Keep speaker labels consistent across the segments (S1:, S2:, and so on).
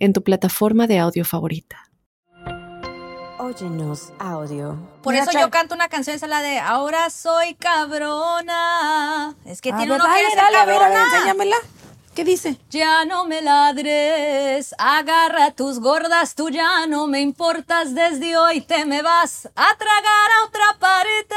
S1: en tu plataforma de audio favorita.
S2: Óyenos audio.
S3: Por
S2: Mira,
S3: eso
S2: Char-
S3: yo canto una canción, esa la de Ahora soy cabrona. Es que
S2: A
S3: tiene
S2: ver,
S3: uno que
S2: Ah, dale,
S3: ser
S2: dale, a ver, a ver,
S3: cabrona.
S2: enséñamela. ¿Qué dice?
S3: Ya no me ladres, agarra tus gordas, tú ya no me importas, desde hoy te me vas a tragar a otra parte.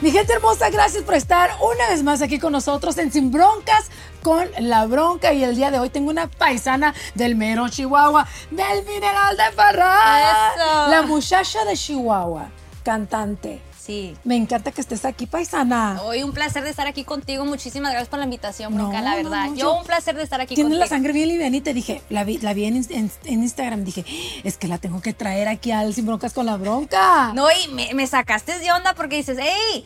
S4: Mi gente hermosa, gracias por estar una vez más aquí con nosotros en Sin Broncas con la bronca. Y el día de hoy tengo una paisana del mero Chihuahua, del mineral de Parral.
S3: Eso.
S4: La muchacha de Chihuahua, cantante.
S3: Sí.
S4: Me encanta que estés aquí, paisana.
S3: Hoy un placer de estar aquí contigo. Muchísimas gracias por la invitación, Bronca,
S4: No,
S3: la
S4: no,
S3: verdad.
S4: no,
S3: yo,
S4: yo-
S3: un placer de estar aquí
S4: Tiene la
S3: contigo.
S4: sangre bien livianita. Dije, la vi, la vi en, ins- en- en Instagram. Dije, es que la tengo que traer aquí al Sin Broncas con la bronca.
S3: No, y me, me sacaste de onda porque dices, hey,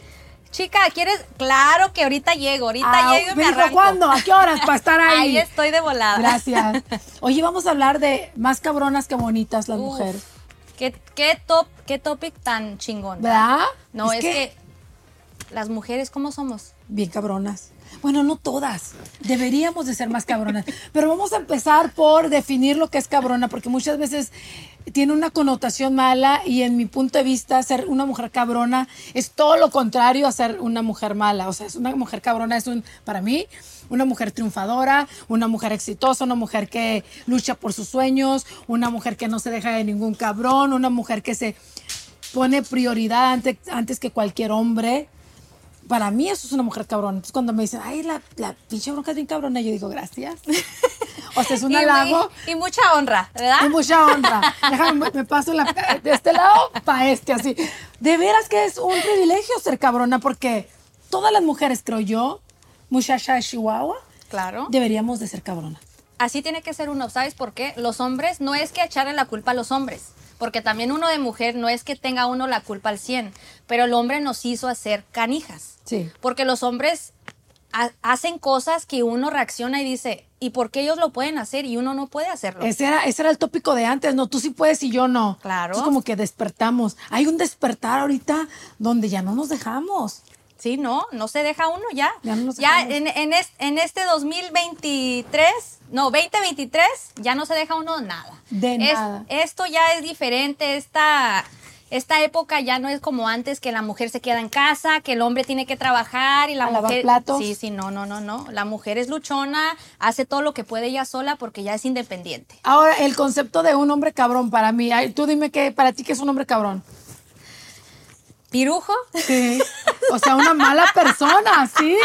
S3: chica, ¿quieres? Claro que ahorita llego, ahorita
S4: Ah,
S3: llego y me,
S4: me dijo,
S3: arranco".
S4: ¿cuándo? ¿A qué horas? Para estar
S3: Ahí estoy de volada.
S4: Gracias. Oye, vamos a hablar de más cabronas que bonitas las
S3: Uf,
S4: mujeres.
S3: ¿Qué, qué, top, qué topic tan chingón.
S4: ¿Verdad?
S3: No, es, que... las mujeres, ¿cómo somos?
S4: Bien cabronas. Bueno, no todas. Deberíamos de ser más cabronas. Pero vamos a empezar por definir lo que es cabrona, porque muchas veces tiene una connotación mala y en mi punto de vista ser una mujer cabrona es todo lo contrario a ser una mujer mala. O sea, es una mujer cabrona es un, para mí, una mujer triunfadora, una mujer exitosa, una mujer que lucha por sus sueños, una mujer que no se deja de ningún cabrón, una mujer que se pone prioridad ante- antes que cualquier hombre. Para mí eso es una mujer cabrona. Entonces cuando me dicen, ay, la, la pinche bronca es bien cabrona, yo digo, gracias. o sea, es un
S3: Y-
S4: halago
S3: Y, y mucha honra, ¿verdad?
S4: y mucha honra. Déjame, me- me paso la- de este lado para este, así. De veras que es un privilegio ser cabrona porque todas las mujeres, creo yo, muchacha de Chihuahua,
S3: Claro.
S4: deberíamos de ser cabrona.
S3: Así tiene que ser uno, ¿sabes por qué? Los hombres, no es que echarle la culpa a los hombres, porque también uno de mujer no es que tenga uno la culpa al 100, pero el hombre nos hizo hacer canijas.
S4: Sí.
S3: Porque los hombres ha- hacen cosas que uno reacciona y dice, ¿y por qué ellos lo pueden hacer y uno no puede hacerlo?
S4: Ese era, ese era el tópico de antes, no, tú sí puedes y yo no.
S3: Claro.
S4: Es como que despertamos. Hay un despertar ahorita donde ya no nos dejamos.
S3: Sí, no, no se deja uno ya.
S4: Ya no nos
S3: ya
S4: dejamos.
S3: en, en es- en este 2023, no, 2023, ya no se deja uno nada.
S4: De
S3: Es-
S4: nada.
S3: Esto ya es diferente, esta, esta época ya no es como antes que la mujer se queda en casa, que el hombre tiene que trabajar y la
S4: A
S3: mujer...
S4: lavar platos.
S3: Sí, sí, no, no, no, no. La mujer es luchona, hace todo lo que puede ella sola porque ya es independiente.
S4: Ahora, el concepto de un hombre cabrón para mí. Ay, tú dime que para ti qué es un hombre cabrón.
S3: Pirujo,
S4: Sí. O sea, una mala persona, sí.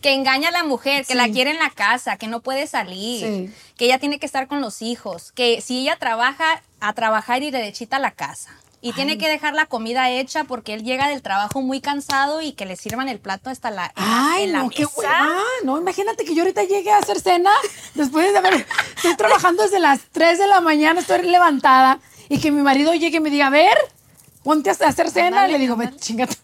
S3: que engaña a la mujer, que
S4: Sí.
S3: la quiere en la casa, que no puede salir,
S4: Sí.
S3: que ella tiene que estar con los hijos, que si ella trabaja, a trabajar y derechita a la casa. Y tiene que dejar la comida hecha porque él llega del trabajo muy cansado y que le sirvan el plato hasta la, en la-
S4: Ay,
S3: en la
S4: no, qué
S3: mesa.
S4: hueva. No, imagínate que yo ahorita llegue a hacer cena después de haber. Estoy trabajando desde las 3 de la mañana, estoy levantada y que mi marido llegue y me diga, a ver, ponte a hacer cena.
S3: Ándale,
S4: Le digo, vete,
S3: ándale.
S4: chingate.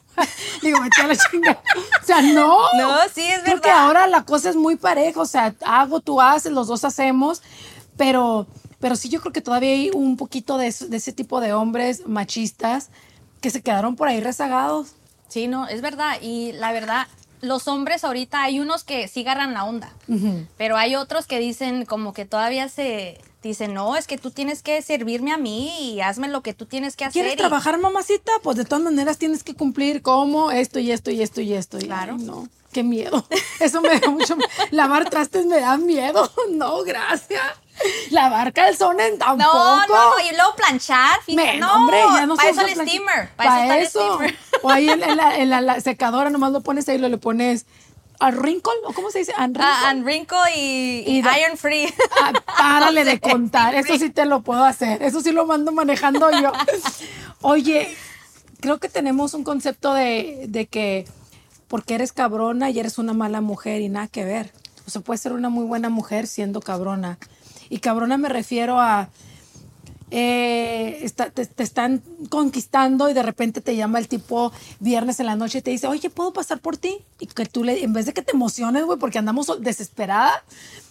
S4: Le digo, vete a la chinga. O sea, no.
S3: No, sí, es
S4: Creo que
S3: verdad.
S4: ahora la cosa es muy pareja. O sea, hago, tú haces, los dos hacemos. Pero, pero sí, yo creo que todavía hay un poquito de, eso- de ese tipo de hombres machistas que se quedaron por ahí rezagados.
S3: Sí, no, es verdad. Y la verdad, los hombres ahorita hay unos que sí agarran la onda, pero hay otros que dicen como que todavía se dicen, no, es que tú tienes que servirme a mí y hazme lo que tú tienes que hacer.
S4: ¿Quieres
S3: y-
S4: trabajar, mamacita? Pues de todas maneras tienes que cumplir como esto y esto y esto y esto. Y,
S3: Claro.
S4: ay, no, qué miedo. Eso me da mucho. Lavar trastes me da miedo. No, gracias. Lavar calzones
S3: No,
S4: tampoco.
S3: no, no, y luego planchar. fija-
S4: Me-
S3: no,
S4: hombre, ya no
S3: para
S4: se
S3: eso
S4: usa
S3: el
S4: plancha-
S3: steamer. Para, eso está
S4: pa'
S3: el steamer.
S4: O ahí en, en la, en la- la secadora nomás lo pones ahí, lo le pones al wrinkle, ¿o cómo se dice? Al wrinkle.
S3: Ah, and wrinkle y, y
S4: Y da-
S3: iron free.
S4: Ah, párale de contar,
S3: sí.
S4: eso sí te lo puedo hacer, eso sí lo mando manejando yo. Oye, creo que tenemos un concepto de, de que porque eres cabrona y eres una mala mujer y nada que ver. O sea, puedes ser una muy buena mujer siendo cabrona. Y cabrona me refiero a... eh, está- te, te están conquistando y de repente te llama el tipo viernes en la noche y te dice, oye, ¿puedo pasar por ti? Y que tú le, en vez de que te emociones, güey, porque andamos desesperada,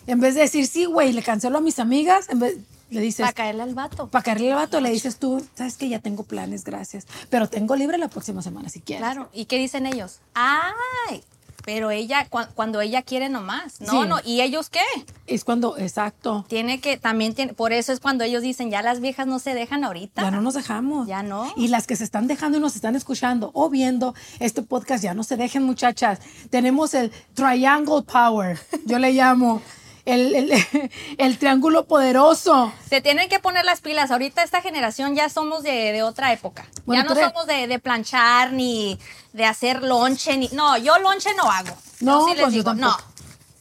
S4: en vez de decir, sí, güey, le cancelo a mis amigas, en vez, le dices,
S3: Para caerle al vato.
S4: para caerle al vato le dices tú, sabes que ya tengo planes, gracias. Pero tengo libre la próxima semana si quieres.
S3: Claro. ¿Y qué dicen ellos? ¡Ay! Pero ella, cua- cuando ella quiere nomás. No,
S4: Sí.
S3: no. ¿Y ellos qué?
S4: Es cuando, exacto.
S3: Tiene que, también tiene, por eso es cuando ellos dicen, ya las viejas no se dejan ahorita.
S4: Ya no nos dejamos.
S3: Ya no.
S4: Y las que se están dejando y nos están escuchando o viendo este podcast, ya no se dejen, muchachas. Tenemos el Triangle Power, yo le llamo. El, el- el triángulo poderoso.
S3: Se tienen que poner las pilas. Ahorita esta generación ya somos de, de otra época.
S4: Bueno,
S3: ya
S4: tú
S3: no
S4: eres-
S3: somos de, de planchar ni de hacer lonche. Ni... No, yo lonche no hago.
S4: No,
S3: sí les
S4: pues yo
S3: digo, no.
S4: tampoco.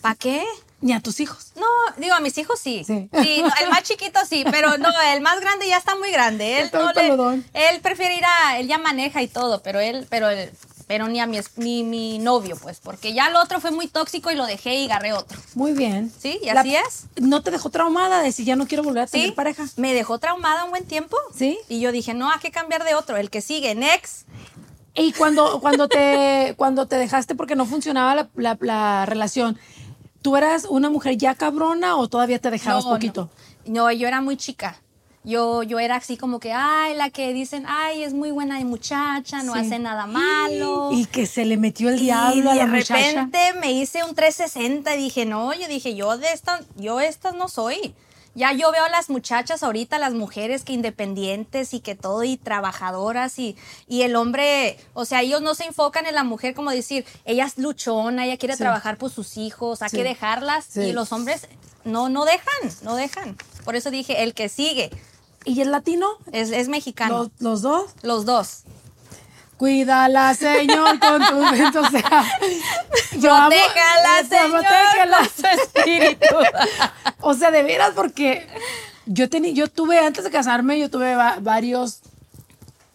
S3: ¿Para qué?
S4: Ni a tus hijos.
S3: No, digo, a mis hijos sí.
S4: Sí.
S3: Sí, no, el más chiquito sí, pero no, el más grande ya está muy grande. Él,
S4: Está muy
S3: no le-
S4: peludón.
S3: él prefiere ir a, él ya maneja y todo, pero él, pero él, pero ni a mi, es- ni mi novio, pues, porque ya el otro fue muy tóxico y lo dejé y agarré otro.
S4: Muy bien.
S3: Sí, y
S4: La-
S3: así es.
S4: No te dejó traumada de si ya no quiero volver a tener
S3: Sí,
S4: pareja.
S3: me dejó traumada un buen tiempo.
S4: Sí.
S3: Y yo dije, no, hay que cambiar de otro, el que sigue, next.
S4: Y cuando, cuando, te, cuando te dejaste porque no funcionaba la, la- la relación, ¿tú eras una mujer ya cabrona o todavía te dejabas
S3: No,
S4: poquito?
S3: No. No, yo era muy chica. Yo, yo era así como que, ay, la que dicen, ay, es muy buena de muchacha, no
S4: Sí.
S3: hace nada malo.
S4: Y que se le metió el
S3: Y
S4: diablo a
S3: de
S4: la muchacha.
S3: repente me hice un 360 y dije, no, yo dije, yo de estas, yo estas no soy. Ya yo veo a las muchachas ahorita, las mujeres que independientes y que todo y trabajadoras y, y el hombre, o sea, ellos no se enfocan en la mujer como decir, ella es luchona, ella quiere
S4: Sí.
S3: trabajar por sus hijos, hay
S4: Sí.
S3: que dejarlas.
S4: Sí.
S3: Y los hombres no, no dejan, no dejan. Por eso dije, el que sigue
S4: ¿Y el latino?
S3: es, es mexicano.
S4: Los, los dos.
S3: Los dos.
S4: Cuídala, Señor, con tus bendito sea. Yo amo-
S3: Protéjala,
S4: Eso,
S3: Señor,
S4: protégela.
S3: con su espíritu.
S4: O sea, de veras, porque yo, teni- yo tuve, antes de casarme, yo tuve va- varios,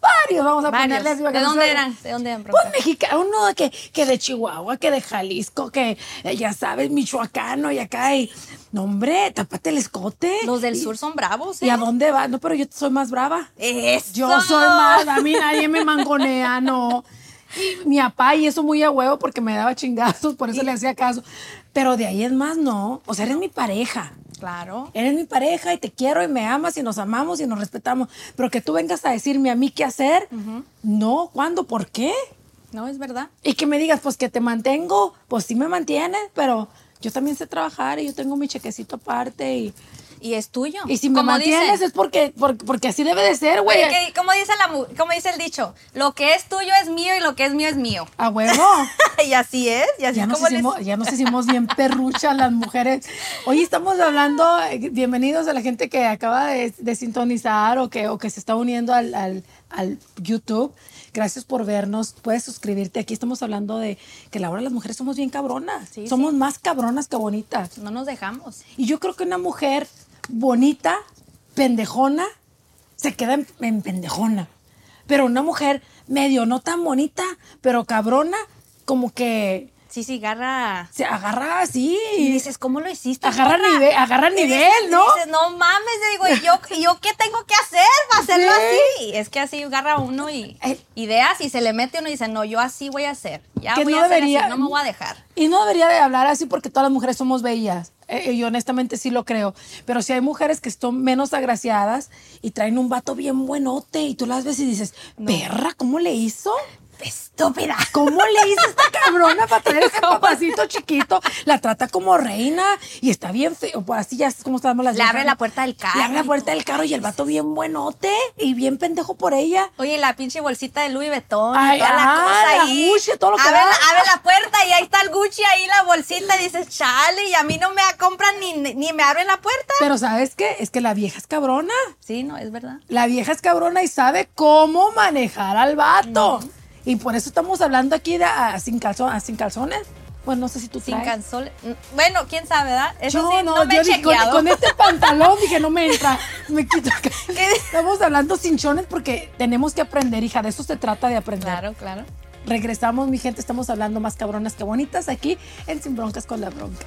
S4: varios, vamos a
S3: Varios.
S4: ponerles.
S3: ¿De dónde eran? ¿De dónde eran,
S4: Pues
S3: profe?
S4: mexicano, uno que, que de Chihuahua, que de Jalisco, que eh, ya sabes, michoacano y acá. Y, no, hombre, tapate el escote.
S3: Los del
S4: Y-
S3: sur son bravos, ¿eh?
S4: ¿Y a dónde vas? No, pero yo soy más brava.
S3: ¡Eso!
S4: Yo soy más, a mí nadie me mangonea, no. Y Mi papá, y eso muy a huevo porque me daba chingazos, por eso le hacía caso. Pero de ahí es más, no. O sea, eres mi pareja.
S3: Claro.
S4: Eres mi pareja y te quiero y me amas y nos amamos y nos respetamos. Pero que tú vengas a decirme a mí qué hacer, no, ¿cuándo? ¿Por qué?
S3: No, es verdad.
S4: Y que me digas, pues que te mantengo, pues sí me mantienes, pero yo también sé trabajar y yo tengo mi chequecito aparte y,
S3: Y es tuyo.
S4: y si me
S3: Como dicen-
S4: mantienes es porque, porque, porque así debe de ser, güey.
S3: Oye, ¿qué- cómo dice, la, mu- cómo dice el dicho? Lo que es tuyo es mío y lo que es mío es mío.
S4: A huevo.
S3: y así es. Y así
S4: Ya nos,
S3: como les-
S4: hicimos, ya nos hicimos bien perruchas las mujeres. Hoy estamos hablando, eh, bienvenidos a la gente que acaba de, de sintonizar o que, o que se está uniendo al, al- al YouTube. Gracias por vernos. Puedes suscribirte. Aquí estamos hablando de que la hora las mujeres somos bien cabronas.
S3: Sí,
S4: somos más cabronas que bonitas.
S3: No nos dejamos.
S4: Y yo creo que una mujer bonita, pendejona, se queda en, en pendejona. Pero una mujer medio no tan bonita, pero cabrona, como que
S3: Sí, sí, agarra.
S4: se agarra así.
S3: Y dices, ¿cómo lo hiciste?
S4: agarra
S3: morra?
S4: nivel,
S3: Y
S4: agarra
S3: dices-
S4: nivel, ¿no?
S3: y Dices, no mames, le digo, ¿y yo, y yo qué tengo que hacer para hacerlo
S4: Sí.
S3: así? Es que así agarra uno y
S4: Eh.
S3: ideas y se le mete uno y dice, no, yo así voy a hacer. Ya
S4: Que
S3: voy
S4: no
S3: a hacer
S4: debería-
S3: así, no me voy a dejar.
S4: Y no debería de hablar así porque todas las mujeres somos bellas. Eh, eh, yo honestamente sí lo creo. Pero si hay mujeres que son menos agraciadas y traen un vato bien buenote y tú las ves y dices, perra, ¿cómo le hizo?
S3: Estúpida.
S4: ¿Cómo le hizo esta cabrona para tener ese papacito chiquito? La trata como reina y está bien feo. Pues así ya es como estamos las
S3: Le abre
S4: viejas,
S3: la puerta del carro
S4: Le abre la
S3: y
S4: puerta del carro y el vato bien buenote y bien pendejo por ella.
S3: Oye, la pinche bolsita de Louis Vuitton,
S4: Ay,
S3: y toda la
S4: ah,
S3: cosa
S4: la
S3: ahí.
S4: Gucci, todo lo que
S3: abre,
S4: da.
S3: la, abre la puerta y ahí está el Gucci, ahí la bolsita, y dices, chale, y a mí no me compran ni, ni me abren la puerta.
S4: Pero ¿sabes qué? Es que la vieja es cabrona.
S3: Sí, no, es verdad.
S4: La vieja es cabrona y sabe cómo manejar al vato. Y por eso estamos hablando aquí de, ah, sin, calzo- ah, sin calzones. Bueno, no sé si tú
S3: Sin
S4: traes.
S3: canzones. Bueno, quién sabe, ¿verdad? Eso
S4: Yo
S3: sí, no, me he
S4: yo dije, con,
S3: chequeado.
S4: con este pantalón dije, no me entra, me quito acá.
S3: ¿Qué?
S4: Estamos hablando cinchones porque tenemos que aprender, hija, de eso se trata de aprender.
S3: Claro, claro.
S4: Regresamos, mi gente, estamos hablando más cabronas que bonitas aquí en Sin Broncas con la Bronca.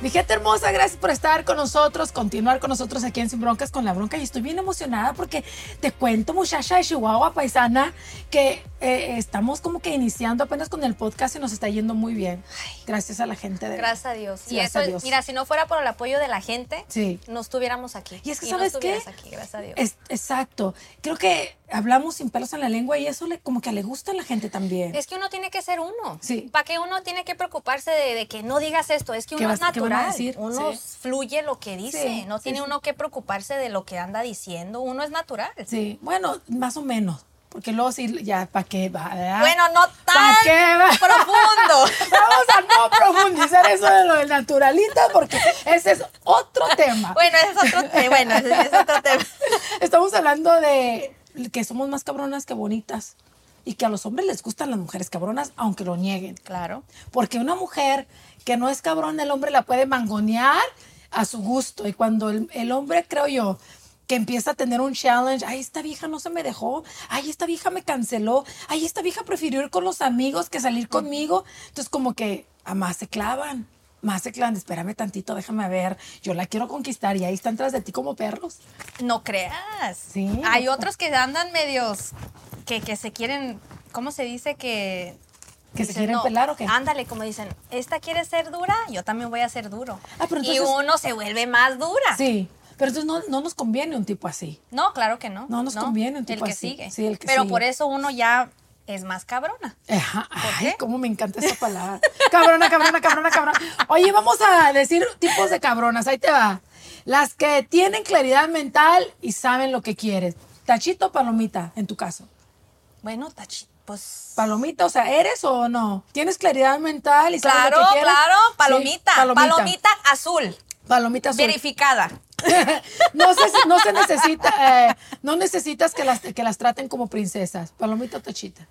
S4: Mi gente hermosa, gracias por estar con nosotros, continuar con nosotros aquí en Sin Broncas con la Bronca. Y estoy bien emocionada porque te cuento, muchacha de Chihuahua, paisana, que eh, estamos como que iniciando apenas con el podcast y nos está yendo muy bien. Gracias a la gente de.
S3: Gracias a Dios.
S4: Sí,
S3: y
S4: gracias
S3: eso,
S4: a Dios.
S3: mira, si no fuera por el apoyo de la gente,
S4: Sí.
S3: no estuviéramos aquí.
S4: Y es que,
S3: no
S4: ¿sabes qué?
S3: estuvieras aquí, gracias a Dios.
S4: Es- exacto. Creo que hablamos sin pelos en la lengua y eso le, como que le gusta a la gente también.
S3: Es que uno tiene que ser uno.
S4: Sí.
S3: ¿Para qué uno tiene que preocuparse de, de que no digas esto? Es que
S4: ¿Qué
S3: uno es
S4: vas- qué van a
S3: natural.
S4: decir?
S3: Uno
S4: Sí.
S3: fluye lo que dice.
S4: Sí,
S3: no
S4: sí,
S3: tiene
S4: sí.
S3: uno que preocuparse de lo que anda diciendo. Uno es natural.
S4: Sí. Bueno, más o menos. Porque luego sí, ya, ¿para qué va? verdad?
S3: Bueno, no
S4: ¿Pa'
S3: tan
S4: qué va?
S3: profundo.
S4: Vamos a no profundizar eso de lo del naturalista porque ese es otro tema.
S3: bueno, ese es otro, te- bueno, ese es otro tema.
S4: Estamos hablando de que somos más cabronas que bonitas y que a los hombres les gustan las mujeres cabronas aunque lo nieguen.
S3: Claro.
S4: Porque una mujer que no es cabrona, el hombre la puede mangonear a su gusto. Y cuando el, el hombre, creo yo, que empieza a tener un challenge, ay, esta vieja no se me dejó, ay, esta vieja me canceló, ay, esta vieja prefirió ir con los amigos que salir conmigo. Entonces, como que a más se clavan. Más se clavan, espérame tantito, déjame ver. Yo la quiero conquistar y ahí están tras de ti como perros.
S3: No creas.
S4: Sí.
S3: Hay otros que andan medios que, que se quieren, ¿cómo se dice? Que,
S4: ¿Que se
S3: dicen,
S4: quieren pelar o qué?
S3: Ándale, como dicen, esta quiere ser dura, yo también voy a ser duro.
S4: Ah, pero
S3: y
S4: entonces-
S3: uno se vuelve más dura.
S4: Sí, pero entonces no, no nos conviene un tipo así.
S3: No, claro que no.
S4: No nos conviene un
S3: El
S4: tipo
S3: que
S4: así.
S3: sigue.
S4: Sí, el que
S3: Pero
S4: sigue.
S3: por eso uno ya es más cabrona.
S4: Ajá. Ay,
S3: qué?
S4: cómo me encanta esa palabra. Cabrona, cabrona, cabrona, cabrona. Oye, vamos a decir tipos de cabronas. Ahí te va. Las que tienen claridad mental y saben lo que quieres. Tachito o palomita, en tu caso.
S3: Bueno, Tachi, pues.
S4: Palomita, o sea, ¿eres o no? ¿Tienes claridad mental y sabes
S3: Claro,
S4: lo que quieres?
S3: claro,
S4: Sí,
S3: palomita, palomita, azul,
S4: Palomita azul.
S3: verificada.
S4: no, se, no se necesita, eh, no necesitas que las, que las traten como princesas. Palomita o tachita.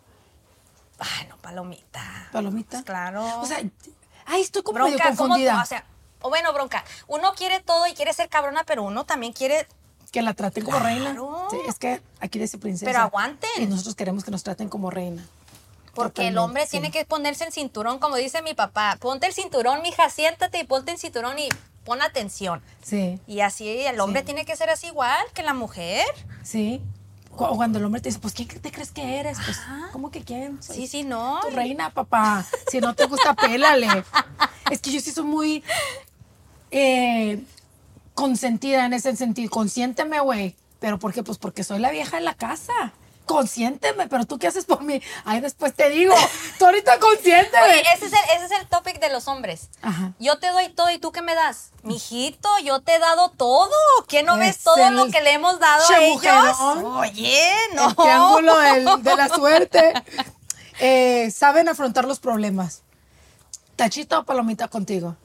S3: Ay, no, palomita.
S4: Palomita.
S3: Pues claro.
S4: O sea, ay, estoy como medio
S3: bronca, ¿cómo?
S4: confundida.
S3: O sea, o bueno, bronca, uno quiere todo y quiere ser cabrona, pero uno también quiere
S4: Que la traten como reina.
S3: Claro.
S4: Sí, es que aquí dice princesa.
S3: Pero aguanten.
S4: Y nosotros queremos que nos traten como reina.
S3: Porque el
S4: Totalmente,
S3: hombre
S4: sí.
S3: tiene que ponerse el cinturón, como dice mi papá. Ponte el cinturón, mija, siéntate y ponte el cinturón y pon atención.
S4: Sí,
S3: Y así el hombre tiene que ser así igual que la mujer.
S4: sí. Cu- Cuando el hombre te dice, pues, ¿quién te crees que eres? Pues, ¿cómo que quién? Soy
S3: Sí, sí, no.
S4: Tu reina, papá. Si no te gusta, pélale. es que yo sí soy muy eh, consentida en ese sentido. Consiénteme, güey. ¿Pero por qué? Pues porque soy la vieja de la casa. Consiénteme, pero tú qué haces por mí. Ay, después te digo. Tú ahorita consiénteme.
S3: Oye, ese es, el, ese es el topic de los hombres.
S4: Ajá.
S3: Yo te doy todo y tú qué me das. Mijito, yo te he dado todo. ¿Qué no ves
S4: Es
S3: todo
S4: el
S3: lo que le hemos dado a ellos?
S4: chamujerón.
S3: Oye, no.
S4: El triángulo del- de la suerte. Eh, saben afrontar los problemas. Tachita o palomita contigo.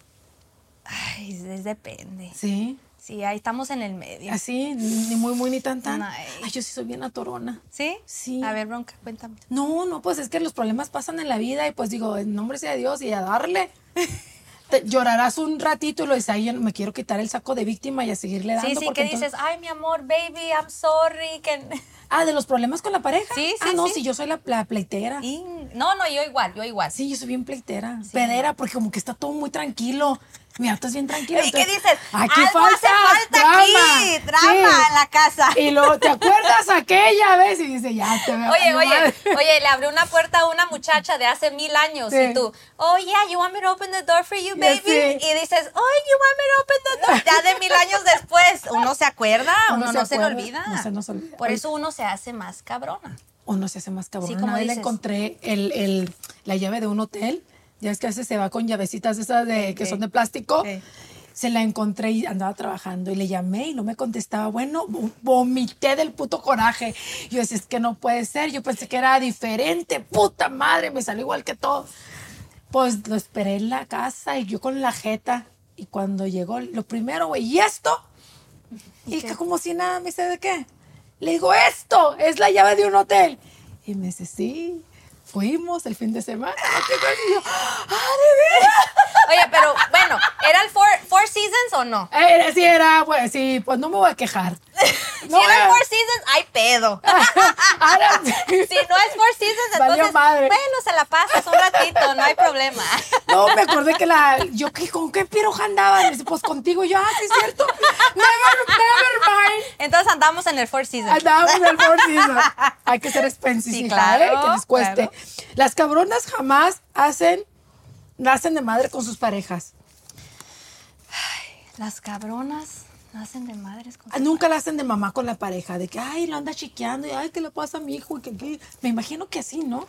S3: Ay, es- depende.
S4: Sí.
S3: Sí, ahí estamos en el medio.
S4: Así, ni muy, muy, ni tan, tan.
S3: Ay.
S4: Ay, yo sí soy bien atorona.
S3: ¿Sí?
S4: Sí.
S3: A ver, bronca, cuéntame.
S4: No, no, pues es que los problemas pasan en la vida y pues digo, en nombre sea de Dios y a darle. Te- llorarás un ratito y lo dices, ay, yo me quiero quitar el saco de víctima y a seguirle dando.
S3: Sí, sí,
S4: porque
S3: que
S4: entonces-
S3: dices, ay, mi amor, baby, I'm sorry. Que...
S4: Ah, de los problemas con la pareja.
S3: Sí, sí,
S4: Ah, no,
S3: sí.
S4: si yo soy la, la pleitera.
S3: Y No, no, yo igual, yo igual.
S4: Sí, yo soy bien pleitera. Pedera, porque como que está todo muy tranquilo. Mira, estás bien tranquila.
S3: ¿Y qué
S4: entonces,
S3: dices?
S4: Aquí
S3: Algo
S4: falta,
S3: hace falta aquí, drama en la casa.
S4: Y luego, ¿te acuerdas aquella vez? Y dice, ya te veo.
S3: Oye,
S4: valió
S3: oye,
S4: madre.
S3: oye, le abrió una puerta a una muchacha de hace mil años
S4: Sí.
S3: y tú, oh yeah, you want me to open the door for you,
S4: Ya
S3: baby?
S4: sé.
S3: Y dices, oh, you want me to open the door. Ya de mil años después, uno se acuerda, uno,
S4: Uno se
S3: no se le
S4: acuerda,
S3: olvida.
S4: no se nos olvida.
S3: Por
S4: Oye.
S3: eso uno se hace más cabrona.
S4: Uno se hace más cabrón.
S3: Sí,
S4: Una
S3: como
S4: vez le
S3: dices.
S4: encontré el, el- la llave de un hotel. Ya es que a veces se va con llavecitas esas de, que
S3: Sí.
S4: son de plástico.
S3: Sí.
S4: Se la encontré y andaba trabajando y le llamé y no me contestaba. Bueno, vo- vomité del puto coraje. Yo decía, es que no puede ser. Yo pensé que era diferente. Puta madre, me salió igual que todo. Pues lo esperé en la casa y yo con la jeta. Y cuando llegó, lo primero, güey, ¿y esto? Y que como si nada, me dice, ¿de qué? Le digo, esto es la llave de un hotel. Y me dice, sí, fuimos el fin de semana. Y yo,
S3: Oye, pero bueno, ¿era el Four, four Seasons o no?
S4: "Ah, era, sí, era, pues sí, pues no me voy a quejar. No,
S3: si era
S4: eh.
S3: el Four Seasons, hay pedo.
S4: Ahora sí.
S3: Si no es Four Seasons,
S4: Valió
S3: entonces,
S4: madre.
S3: bueno, se la pasas un ratito, no hay problema.
S4: No, me acordé que la. Yo, ¿qué, ¿con qué piroja andaba? Me dice, pues contigo. Y Yo, ah, sí, es cierto. Never, never mind.
S3: Entonces andamos en el Four Seasons.
S4: Andábamos en el Four Seasons. Hay que ser expensive,
S3: Sí,
S4: hija,
S3: claro,
S4: ¿eh? que les cueste.
S3: claro.
S4: Las cabronas jamás hacen, nacen de madre con sus parejas.
S3: Las cabronas nacen de madres con
S4: Ah, Nunca la hacen de mamá con la pareja, de que, ay, lo anda chiqueando, y ay, ¿qué le pasa a mi hijo? Y que, que- Me imagino que así, ¿no?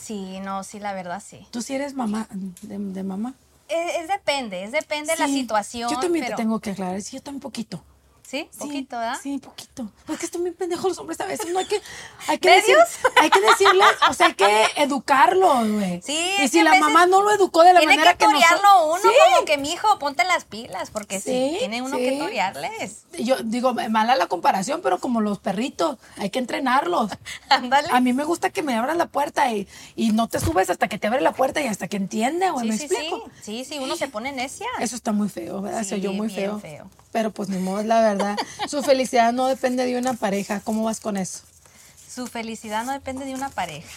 S3: Sí, no, sí, la verdad sí. E,
S4: Tú sí eres mamá, de, de mamá.
S3: Es, es depende, es depende de la
S4: Sí.
S3: situación.
S4: Yo también
S3: pero-
S4: te tengo que aclarar, sí, yo también poquito.
S3: Sí,
S4: Sí,
S3: poquito, ¿verdad?
S4: Sí, poquito. Porque están bien pendejos los hombres a veces. No hay que, hay que
S3: ¿Medios?
S4: decir, hay que decirles, o sea, hay que educarlos, güey.
S3: Sí,
S4: Y
S3: es
S4: si
S3: que a
S4: la
S3: veces
S4: mamá no lo educó de la
S3: tiene
S4: manera
S3: que
S4: que nosotros-
S3: torearlo uno,
S4: Sí.
S3: como que mi hijo, ponte las pilas, porque sí,
S4: Sí,
S3: tiene uno
S4: sí.
S3: que torearles.
S4: Yo digo, mala la comparación, pero como los perritos, hay que entrenarlos.
S3: Ándale.
S4: A mí me gusta que me abran la puerta y, y no te subes hasta que te abre la puerta y hasta que entiende, güey.
S3: Sí,
S4: ¿Me
S3: sí, sí.
S4: explico?
S3: Sí, sí, uno se pone necia.
S4: Eso está muy feo, ¿verdad? Se
S3: Sí,
S4: oyó muy
S3: bien
S4: feo.
S3: feo.
S4: Pero pues ni modo, es la verdad. Su felicidad no depende de una pareja. ¿Cómo vas con eso?
S3: Su felicidad no depende de una pareja.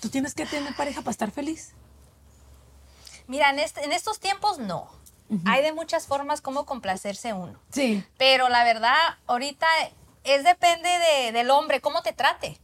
S4: ¿Tú tienes que tener pareja para estar feliz?
S3: Mira, en, este- en estos tiempos no. Hay de muchas formas como complacerse uno.
S4: Sí.
S3: Pero la verdad, ahorita es depende de- del hombre, cómo te trate.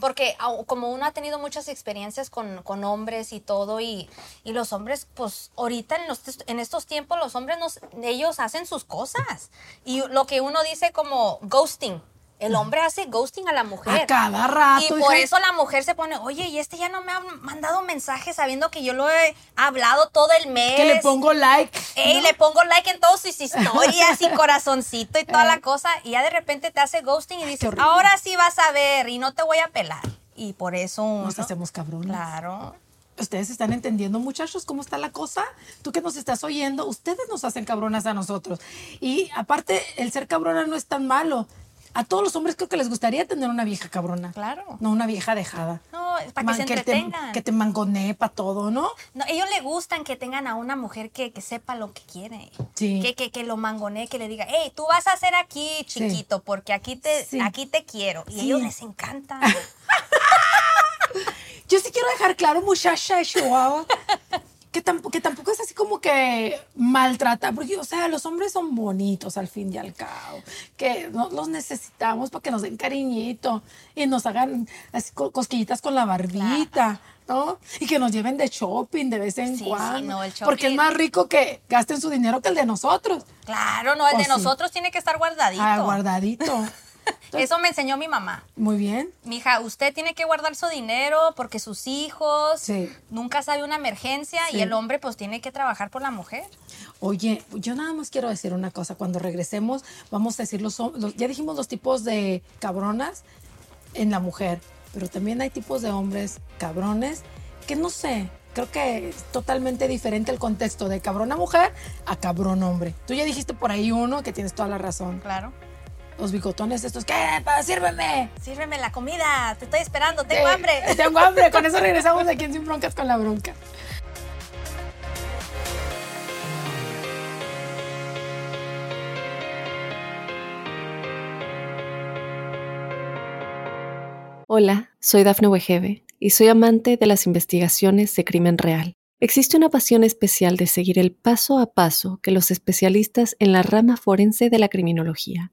S3: Porque au- como uno ha tenido muchas experiencias con, con hombres y todo, y, y los hombres, pues ahorita en, los, en estos tiempos los hombres, nos, ellos hacen sus cosas. Y lo que uno dice como ghosting, el hombre hace ghosting a la mujer.
S4: A cada rato,
S3: Y por
S4: hija.
S3: eso la mujer se pone, oye, y este ya no me ha mandado mensajes sabiendo que yo lo he hablado todo el mes.
S4: Que le pongo like.
S3: Ey, le pongo like en todas sus historias y corazoncito y toda la cosa. Y ya de repente te hace ghosting y dices,
S4: Eh. horrible.
S3: ahora sí vas a ver y no te voy a pelar. Y por eso uno-
S4: Nos hacemos cabrones.
S3: Claro.
S4: Ustedes están entendiendo, muchachos, cómo está la cosa. Tú que nos estás oyendo, ustedes nos hacen cabronas a nosotros. Y aparte, el ser cabrona no es tan malo. A todos los hombres creo que les gustaría tener una vieja cabrona.
S3: Claro.
S4: No una vieja dejada.
S3: No, es para que se
S4: te-
S3: entretengan.
S4: Que te mangonee para todo, ¿no?
S3: No, ellos le gustan que tengan a una mujer que, que sepa lo que quiere.
S4: Sí.
S3: Que, que, que lo mangonee, que le diga, hey, tú vas a hacer aquí, chiquito, porque aquí te,
S4: Sí.
S3: aquí te quiero. Y a
S4: Sí.
S3: ellos les encanta.
S4: Yo sí quiero dejar claro, muchacha de Chihuahua, que, tamp- que tampoco es así como que maltratar, porque, o sea, los hombres son bonitos al fin y al cabo, que no- los necesitamos para que nos den cariñito y nos hagan así co- cosquillitas con la barbita. ¿no? Y que nos lleven de shopping de vez en
S3: Sí, sí,
S4: cuando.
S3: no, el
S4: Porque es
S3: shopping.
S4: más rico que gasten su dinero que el de nosotros.
S3: claro, no, el
S4: Pues
S3: de
S4: sí.
S3: nosotros tiene que estar guardadito.
S4: Ah, guardadito.
S3: Eso me enseñó mi mamá.
S4: Muy bien.
S3: Mija, usted tiene que guardar su dinero porque sus hijos
S4: Sí.
S3: nunca sabe una emergencia
S4: Sí.
S3: y el hombre pues tiene que trabajar por la mujer.
S4: Oye, yo nada más quiero decir una cosa. Cuando regresemos, vamos a decir los, hom- los- ya dijimos los tipos de cabronas en la mujer, pero también hay tipos de hombres cabrones que no sé. Creo que es totalmente diferente el contexto de cabrona mujer a cabrón hombre. Tú ya dijiste por ahí uno que tienes toda la razón.
S3: Claro.
S4: Los bigotones estos, ¿qué? Pa, sírveme.
S3: Sírveme la comida, te estoy esperando, tengo
S4: Eh,
S3: hambre.
S4: Tengo hambre. Con eso regresamos aquí en Sin Broncas con la Bronca.
S1: Hola, soy Dafne Wegebe y soy amante de las investigaciones de crimen real. Existe una pasión especial de seguir el paso a paso que los especialistas en la rama forense de la criminología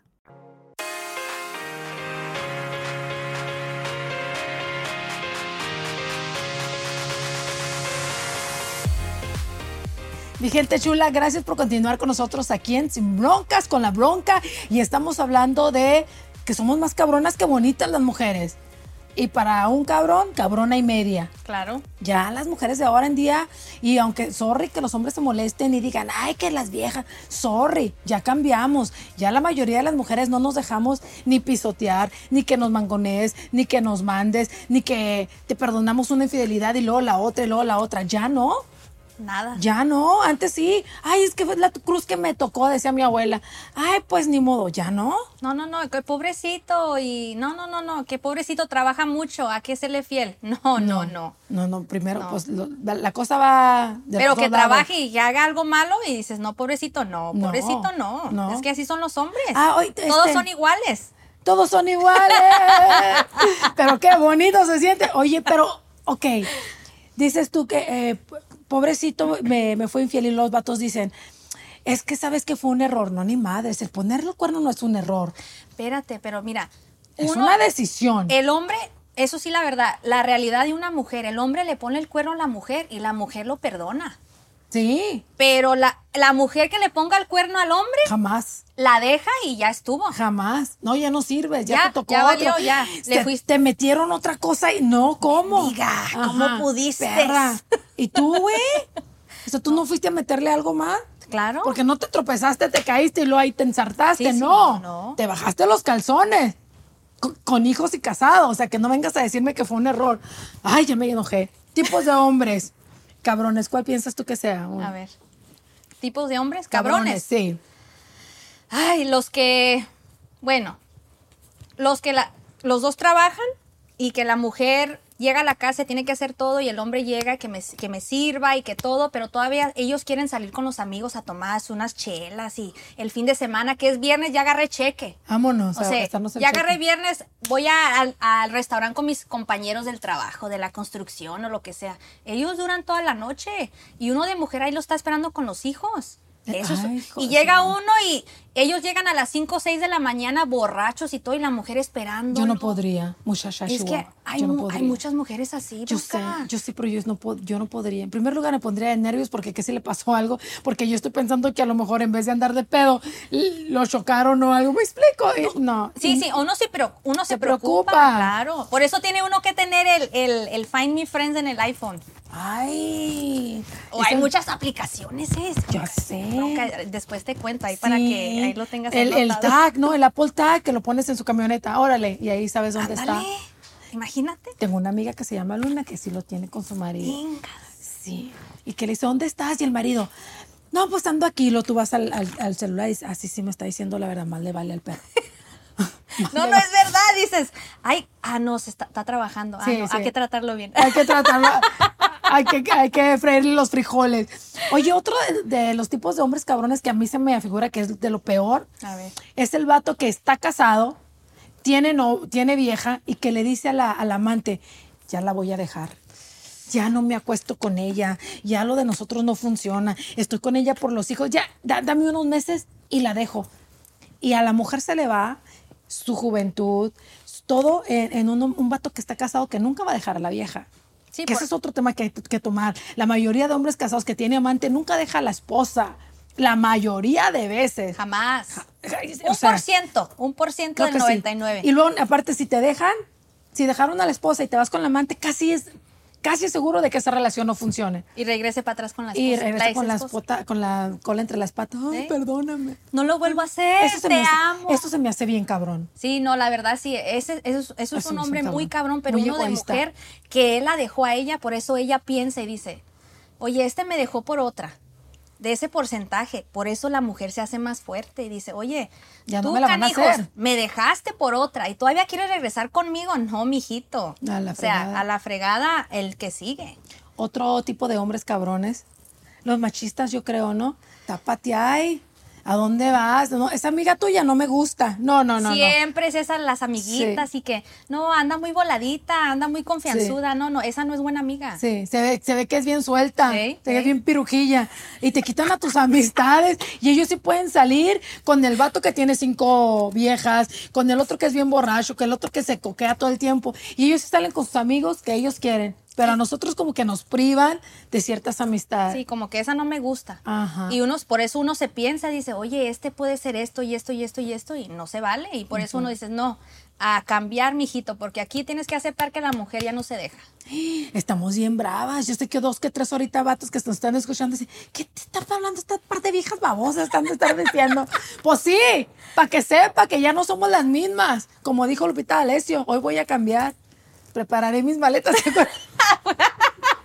S4: Mi gente chula, gracias por continuar con nosotros aquí en Sin Broncas, con la bronca. Y estamos hablando de que somos más cabronas que bonitas las mujeres. Y para un cabrón, cabrona y media.
S3: Claro.
S4: Ya las mujeres de ahora en día, y aunque, sorry, que los hombres se molesten y digan, ay, que las viejas, sorry, ya cambiamos. Ya la mayoría de las mujeres no nos dejamos ni pisotear, ni que nos mangonees, ni que nos mandes, ni que te perdonamos una infidelidad y luego la otra y luego la otra. Ya no.
S3: Nada.
S4: Ya no, antes sí. Ay, es que fue la cruz que me tocó, decía mi abuela. Ay, pues ni modo, ya no.
S3: No, no, no, que pobrecito y no, no, no, no, que pobrecito trabaja mucho, ¿a qué serle fiel? No, no, no.
S4: No, no, primero,
S3: No.
S4: pues lo- la la cosa va. de
S3: Pero
S4: los
S3: que
S4: dos lados.
S3: trabaje y haga algo malo y dices, no, pobrecito, no,
S4: No,
S3: pobrecito, no.
S4: no.
S3: Es que así son los hombres.
S4: Ah, hoy,
S3: Todos
S4: este-
S3: son iguales.
S4: Todos son iguales. pero qué bonito se siente. Oye, pero, ok. Dices tú que, eh, p- pobrecito, me, me fue infiel y los vatos dicen. Es que sabes que fue un error, no ni madres. El ponerle el cuerno no es un error,
S3: Espérate, pero mira,
S4: es
S3: uno-
S4: una decisión.
S3: el hombre, eso sí la verdad, la realidad de una mujer, el hombre le pone el cuerno a la mujer y la mujer lo perdona.
S4: sí,
S3: Pero la, la mujer que le ponga el cuerno al hombre,
S4: jamás.
S3: la deja y ya estuvo.
S4: Jamás. No, ya no sirves. Ya,
S3: Ya,
S4: te tocó
S3: ya
S4: otro.
S3: valió, ya. Le
S4: Se-
S3: fuiste.
S4: Te metieron otra cosa y no, ¿cómo?
S3: Diga, ¿cómo pudiste?
S4: ¿Y tú, güey? O sea, ¿tú no. fuiste a meterle algo más?
S3: Claro.
S4: Porque no te tropezaste, te caíste y luego ahí te ensartaste.
S3: Sí, sí, no,
S4: no.
S3: no.
S4: Te bajaste los calzones. Con, con hijos y casados. O sea, que no vengas a decirme que fue un error. Ay, ya me enojé. Tipos de hombres. Cabrones, ¿cuál piensas tú que sea?
S3: A ver. Tipos de hombres, cabrones.
S4: Sí.
S3: Ay, los que, bueno, los que la, los dos trabajan y que la mujer llega a la casa, tiene que hacer todo y el hombre llega que me, que me sirva y que todo, pero todavía ellos quieren salir con los amigos a tomarse unas chelas y el fin de semana, que es viernes, ya agarré cheque.
S4: Vámonos.
S3: O
S4: a
S3: sea,
S4: gastarnos el
S3: ya agarré
S4: cheque.
S3: viernes, voy a- al, al restaurante con mis compañeros del trabajo, de la construcción o lo que sea. Ellos duran toda la noche y uno de mujer ahí lo está esperando con los hijos. Eso es-
S4: Ay, hijo
S3: y
S4: de
S3: llega
S4: su madre.
S3: uno y ellos llegan a las 5 o 6 de la mañana borrachos y todo y la mujer esperando.
S4: Yo no podría, muchacha.
S3: Es que
S4: chihuahua,
S3: hay,
S4: yo no
S3: mu- hay
S4: podría.
S3: muchas mujeres así.
S4: Yo sé,
S3: Blanca.
S4: yo sé, pero yo no, pod- yo no podría. En primer lugar, me pondría de nervios porque qué si le pasó algo, porque yo estoy pensando que a lo mejor en vez de andar de pedo, l- lo chocaron o algo. ¿Me explico? Y- No.
S3: Sí, sí, uno, sí, pero uno se,
S4: Se
S3: preocupa,
S4: preocupa.
S3: Claro. Por eso tiene uno que tener el, el- el Find Me Friends en el iPhone.
S4: Ay.
S3: O hay
S4: Eso-
S3: muchas aplicaciones, es.
S4: Ya sé.
S3: Bronca, después te cuento ahí para
S4: Eh, Sí.
S3: que ahí lo tengas
S4: el, el
S3: anotado.
S4: tag, ¿no? El Apple tag que lo pones en su camioneta. Órale. Y ahí sabes dónde
S3: Ándale,
S4: está.
S3: Imagínate.
S4: Tengo una amiga que se llama Luna que sí lo tiene con su marido.
S3: Vengas.
S4: Sí. Y que le dice, ¿dónde estás? Y el marido, no, pues ando aquí. Lo tú vas al, al- al celular y dices, así sí me está diciendo la verdad, mal le vale al perro.
S3: No, no es verdad, dices. Ay, ah, no, se está, está trabajando. Ah,
S4: Sí,
S3: no,
S4: sí. Eh,
S3: Hay que tratarlo bien.
S4: Hay que tratarlo. hay, que, hay que freírle los frijoles. Oye, otro de, de los tipos de hombres cabrones que a mí se me figura que es de lo peor
S3: A ver.
S4: es el vato que está casado, tiene, no, tiene vieja y que le dice a la, al amante, ya la voy a dejar. Ya no me acuesto con ella, ya lo de nosotros no funciona, estoy con ella por los hijos, ya da- dame unos meses y la dejo. Y a la mujer se le va su juventud, todo en, en un, un vato que está casado que nunca va a dejar a la vieja.
S3: Sí,
S4: que
S3: por-
S4: ese es otro tema que hay que tomar. La mayoría de hombres casados que tiene amante nunca deja a la esposa. La mayoría de veces.
S3: Jamás.
S4: Ay, o
S3: Un
S4: sea,
S3: por ciento. Un por ciento
S4: creo
S3: del
S4: que sí.
S3: 99.
S4: Y luego, aparte, si te dejan, si dejaron a la esposa y te vas con la amante, casi es casi es seguro de que esa relación no funcione.
S3: Y, regrese para atrás con las
S4: Y regresa con, la
S3: las
S4: espota- con la cola entre las patas. Ay,
S3: ¿Eh?
S4: perdóname.
S3: No lo vuelvo a hacer.
S4: Eso se me
S3: te
S4: hace-
S3: amo.
S4: Eso se me hace bien cabrón.
S3: Sí, no, la verdad sí, ese, eso, es- eso es
S4: Eso
S3: un
S4: es un
S3: hombre muy
S4: cabrón,
S3: cabrón, pero
S4: muy
S3: uno
S4: egoísta.
S3: de mujer que él la dejó a ella, por eso ella piensa y dice, oye, este me dejó por otra. de ese porcentaje. Por eso la mujer se hace más fuerte y dice, oye,
S4: Ya no
S3: tú,
S4: me la van a
S3: canijos,
S4: hacer".
S3: me dejaste por otra y todavía quieres regresar conmigo. No, mijito.
S4: A la
S3: o sea,
S4: fregada.
S3: a la fregada el que sigue.
S4: Otro tipo de hombres cabrones. Los machistas, yo creo, ¿no? Tápate ay. ¿A dónde vas? No, esa amiga tuya no me gusta. No, no, no. no.
S3: Siempre es esas las amiguitas y que, no, anda muy voladita, anda muy confianzuda. No, no, esa no es buena amiga.
S4: Sí, se ve, se ve que es bien suelta,
S3: Ey,
S4: se ve
S3: ey.
S4: bien pirujilla. Y te quitan a tus amistades. Y ellos sí pueden salir con el vato que tiene cinco viejas, con el otro que es bien borracho, con el otro que se coquea todo el tiempo. Y ellos sí salen con sus amigos que ellos quieren. Pero a nosotros como que nos privan de ciertas amistades.
S3: Sí, como que esa no me gusta.
S4: Ajá.
S3: Y unos, por eso uno se piensa, dice, oye, este puede ser esto y esto y esto y esto, y no se vale. Y por eso uno dice, no, a cambiar, mijito, porque aquí tienes que aceptar que la mujer ya no se deja.
S4: Estamos bien bravas. Yo sé que dos que tres ahorita vatos que nos están escuchando dicen, ¿qué te está hablando esta parte de viejas babosas? Están te están diciendo. pues sí, para que sepa que ya no somos las mismas. Como dijo Lupita D'Alessio, hoy voy a cambiar. Prepararé mis maletas. ¿Te acuerdas,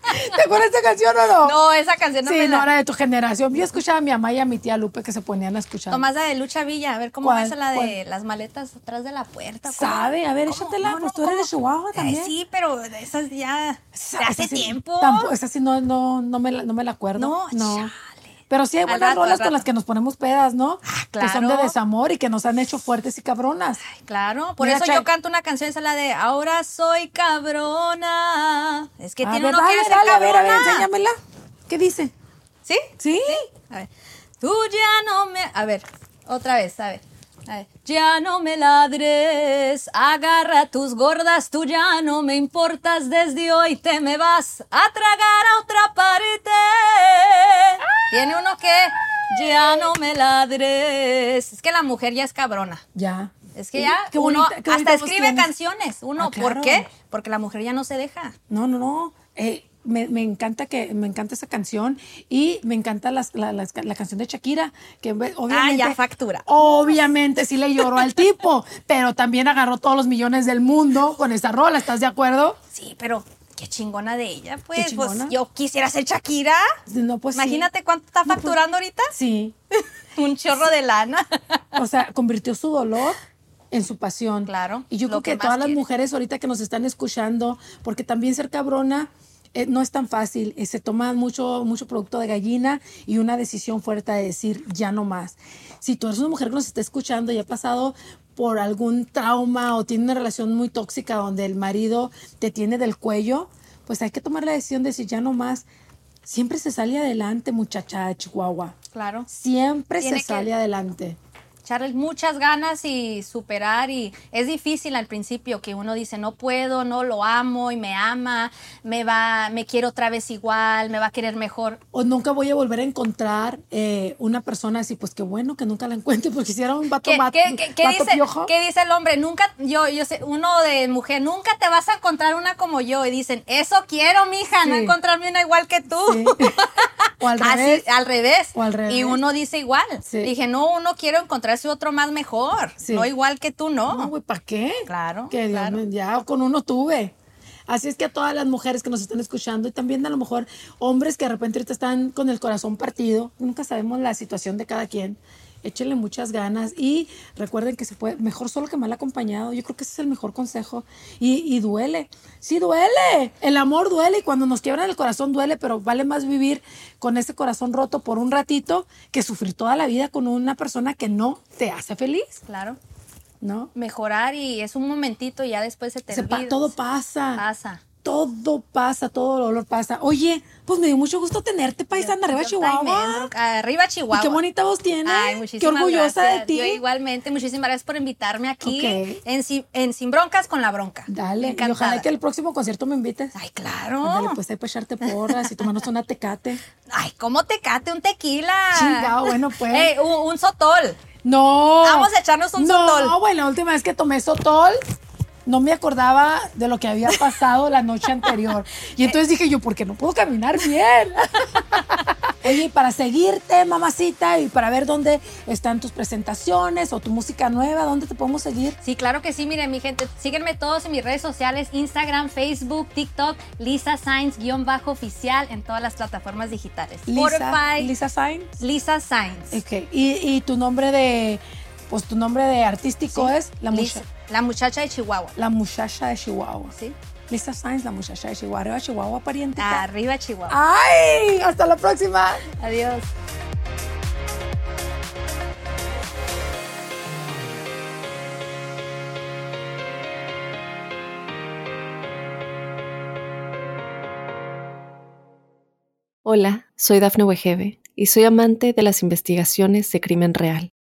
S4: ¿Te acuerdas de esa canción o no?
S3: No, esa canción no me
S4: Oh. sí, no
S3: la-
S4: era de tu generación. Yo escuchaba a mi mamá y a mi tía Lupe que se ponían a escuchar.
S3: Tomás la de Lucha Villa, a ver cómo
S4: ¿Cuál?
S3: ves la de
S4: ¿Cuál?
S3: las maletas atrás de la puerta. ¿Cómo?
S4: ¿Sabe? A ver,
S3: ¿Cómo?
S4: échatela.
S3: No,
S4: pues
S3: no,
S4: tú eres de
S3: ¿cómo?
S4: Chihuahua
S3: Ay,
S4: también.
S3: sí, pero de esas ya.
S4: Esa-
S3: de hace
S4: esa sí-
S3: tiempo.
S4: tampo- esa sí no, no, no, me la, no me la acuerdo.
S3: No,
S4: No,
S3: chale.
S4: Pero sí hay
S3: Al
S4: buenas
S3: rato,
S4: rolas
S3: al
S4: con las
S3: rato. Ah,
S4: que nos ponemos pedas, ¿no? Que son de
S3: claro.
S4: desamor y que nos han hecho fuertes y cabronas.
S3: Claro, por
S4: Mira,
S3: eso
S4: Chay.
S3: yo canto una canción, esa la de Ahora soy cabrona. Es que
S4: a
S3: tiene
S4: ver,
S3: uno que
S4: dale,
S3: ser
S4: dale, a ver, a ver,
S3: cabrona.
S4: enséñamela. ¿Qué dice?
S3: ¿Sí?
S4: ¿Sí?
S3: A ver. Tú ya no me. A ver, otra vez, a ver. A ver. Ya no me ladres, agarra tus gordas, tú ya no me importas, desde hoy te me vas a tragar a otra parte. Tiene uno que ya no me ladres. Es que la mujer ya es cabrona.
S4: Ya.
S3: Es que
S4: Y
S3: ya
S4: qué
S3: uno
S4: bonita- qué bonita
S3: hasta
S4: voz
S3: escribe
S4: tienes.
S3: canciones. Uno,
S4: Ah, claro.
S3: ¿por qué? Porque la mujer ya no se deja. Ah,
S4: No, no, no. Eh, me, me encanta que me encanta esa canción y me encanta las- la, las- la canción de Shakira que en vez- obviamente
S3: Ah, ya factura.
S4: obviamente sí le lloró al tipo pero también agarró todos los millones del mundo con esa rola ¿estás de acuerdo?
S3: Sí, pero qué chingona de ella, pues. Pues,
S4: chingona.
S3: yo quisiera ser Shakira.
S4: No, pues sí.
S3: Imagínate cuánto está
S4: No, pues-
S3: facturando ahorita.
S4: Sí
S3: Un chorro de lana.
S4: O sea, convirtió su dolor en su pasión.
S3: Claro,
S4: Y yo
S3: lo
S4: creo que,
S3: que más
S4: todas las
S3: quiere.
S4: mujeres ahorita que nos están escuchando, porque también ser cabrona eh, no es tan fácil. Eh, se toma mucho, mucho producto de gallina y una decisión fuerte de decir ya no más. Si tú eres una mujer que nos está escuchando y ha pasado por algún trauma o tiene una relación muy tóxica donde el marido te tiene del cuello, pues hay que tomar la decisión de decir ya no más. Siempre se sale adelante, muchacha de Chihuahua.
S3: Claro.
S4: Siempre
S3: Tiene
S4: se
S3: que-
S4: sale adelante.
S3: Charles, muchas ganas y superar y es difícil al principio que uno dice no puedo, no lo amo y me ama, me va, me quiere otra vez igual, me va a querer mejor.
S4: o nunca voy a volver a encontrar eh, una persona así, pues qué bueno que nunca la encuentre, porque si era un vato,
S3: ¿Qué,
S4: mat-
S3: qué- qué- qué
S4: vato
S3: dice,
S4: piojo.
S3: qué dice el hombre? Nunca, yo, yo sé, uno de mujer, nunca te vas a encontrar una como yo. Y dicen, eso quiero, mija, no
S4: Sí.
S3: encontrarme una igual que tú.
S4: Sí. O al
S3: Así,
S4: revés.
S3: al revés.
S4: O al revés.
S3: Y uno dice igual.
S4: Sí.
S3: Dije, no, uno quiero encontrarse otro más mejor.
S4: Sí.
S3: No igual que tú, no.
S4: No, güey, ¿para qué?
S3: Claro,
S4: Que Dios
S3: claro.
S4: me- ya con uno tuve. Así es que a todas las mujeres que nos están escuchando y también a lo mejor hombres que de repente ahorita están con el corazón partido, nunca sabemos la situación de cada quien. Échenle muchas ganas y recuerden que se puede, mejor solo que mal acompañado. Yo creo que ese es el mejor consejo. Y, y duele. Sí, duele. El amor duele y cuando nos quiebran el corazón duele, pero vale más vivir con ese corazón roto por un ratito que sufrir toda la vida con una persona que no te hace feliz,
S3: Claro.
S4: ¿no?
S3: Mejorar y es un momentito y ya después se te
S4: Se pa-
S3: olvida.
S4: todo pasa.
S3: Pasa.
S4: Todo pasa, todo dolor pasa. Oye, pues me dio mucho gusto tenerte, paisana, arriba
S3: Yo también,
S4: Chihuahua.
S3: Ro- arriba
S4: Y
S3: Chihuahua.
S4: qué bonita voz tienes.
S3: Ay,
S4: qué
S3: muchísimas
S4: orgullosa de
S3: gracias.
S4: ti.
S3: Yo igualmente, muchísimas gracias por invitarme aquí
S4: Ok.
S3: en, Sin- en Sin Broncas con la Bronca.
S4: Dale, y
S3: Encantada.
S4: ojalá que el próximo concierto me invites.
S3: Ay, claro.
S4: Dale, pues ahí para echarte porras y tomarnos una tecate.
S3: Ay, ¿cómo te cate un tequila?
S4: Chingao, bueno, pues.
S3: Ey, un, un sotol.
S4: No.
S3: Vamos a echarnos un
S4: no,
S3: sotol.
S4: No, bueno, la última vez que tomé sotol, no me acordaba de lo que había pasado la noche anterior. Y entonces dije yo, ¿por qué no puedo caminar bien? Oye, y para seguirte, mamacita, y para ver dónde están tus presentaciones o tu música nueva, ¿dónde te podemos seguir?
S3: Sí, claro que sí, miren, mi gente, síguenme todos en mis redes sociales, Instagram, Facebook, TikTok, Lisa Sainz-oficial en todas las plataformas digitales.
S4: Lisa,
S3: Spotify,
S4: Lisa Sainz.
S3: Lisa Sainz.
S4: Ok, Y, y tu nombre de, pues tu nombre de artístico es La
S3: Lisa,
S4: Muchacha.
S3: la muchacha de Chihuahua.
S4: La muchacha de Chihuahua.
S3: Sí. Ah,
S4: Lisa Sainz, la muchacha de Chihuahua. Arriba Chihuahua, parientita.
S3: Arriba Chihuahua.
S4: ¡Ay! ¡Hasta la próxima!
S3: Adiós.
S1: Hola, soy Dafne Wegebe y soy amante de las investigaciones de crimen real.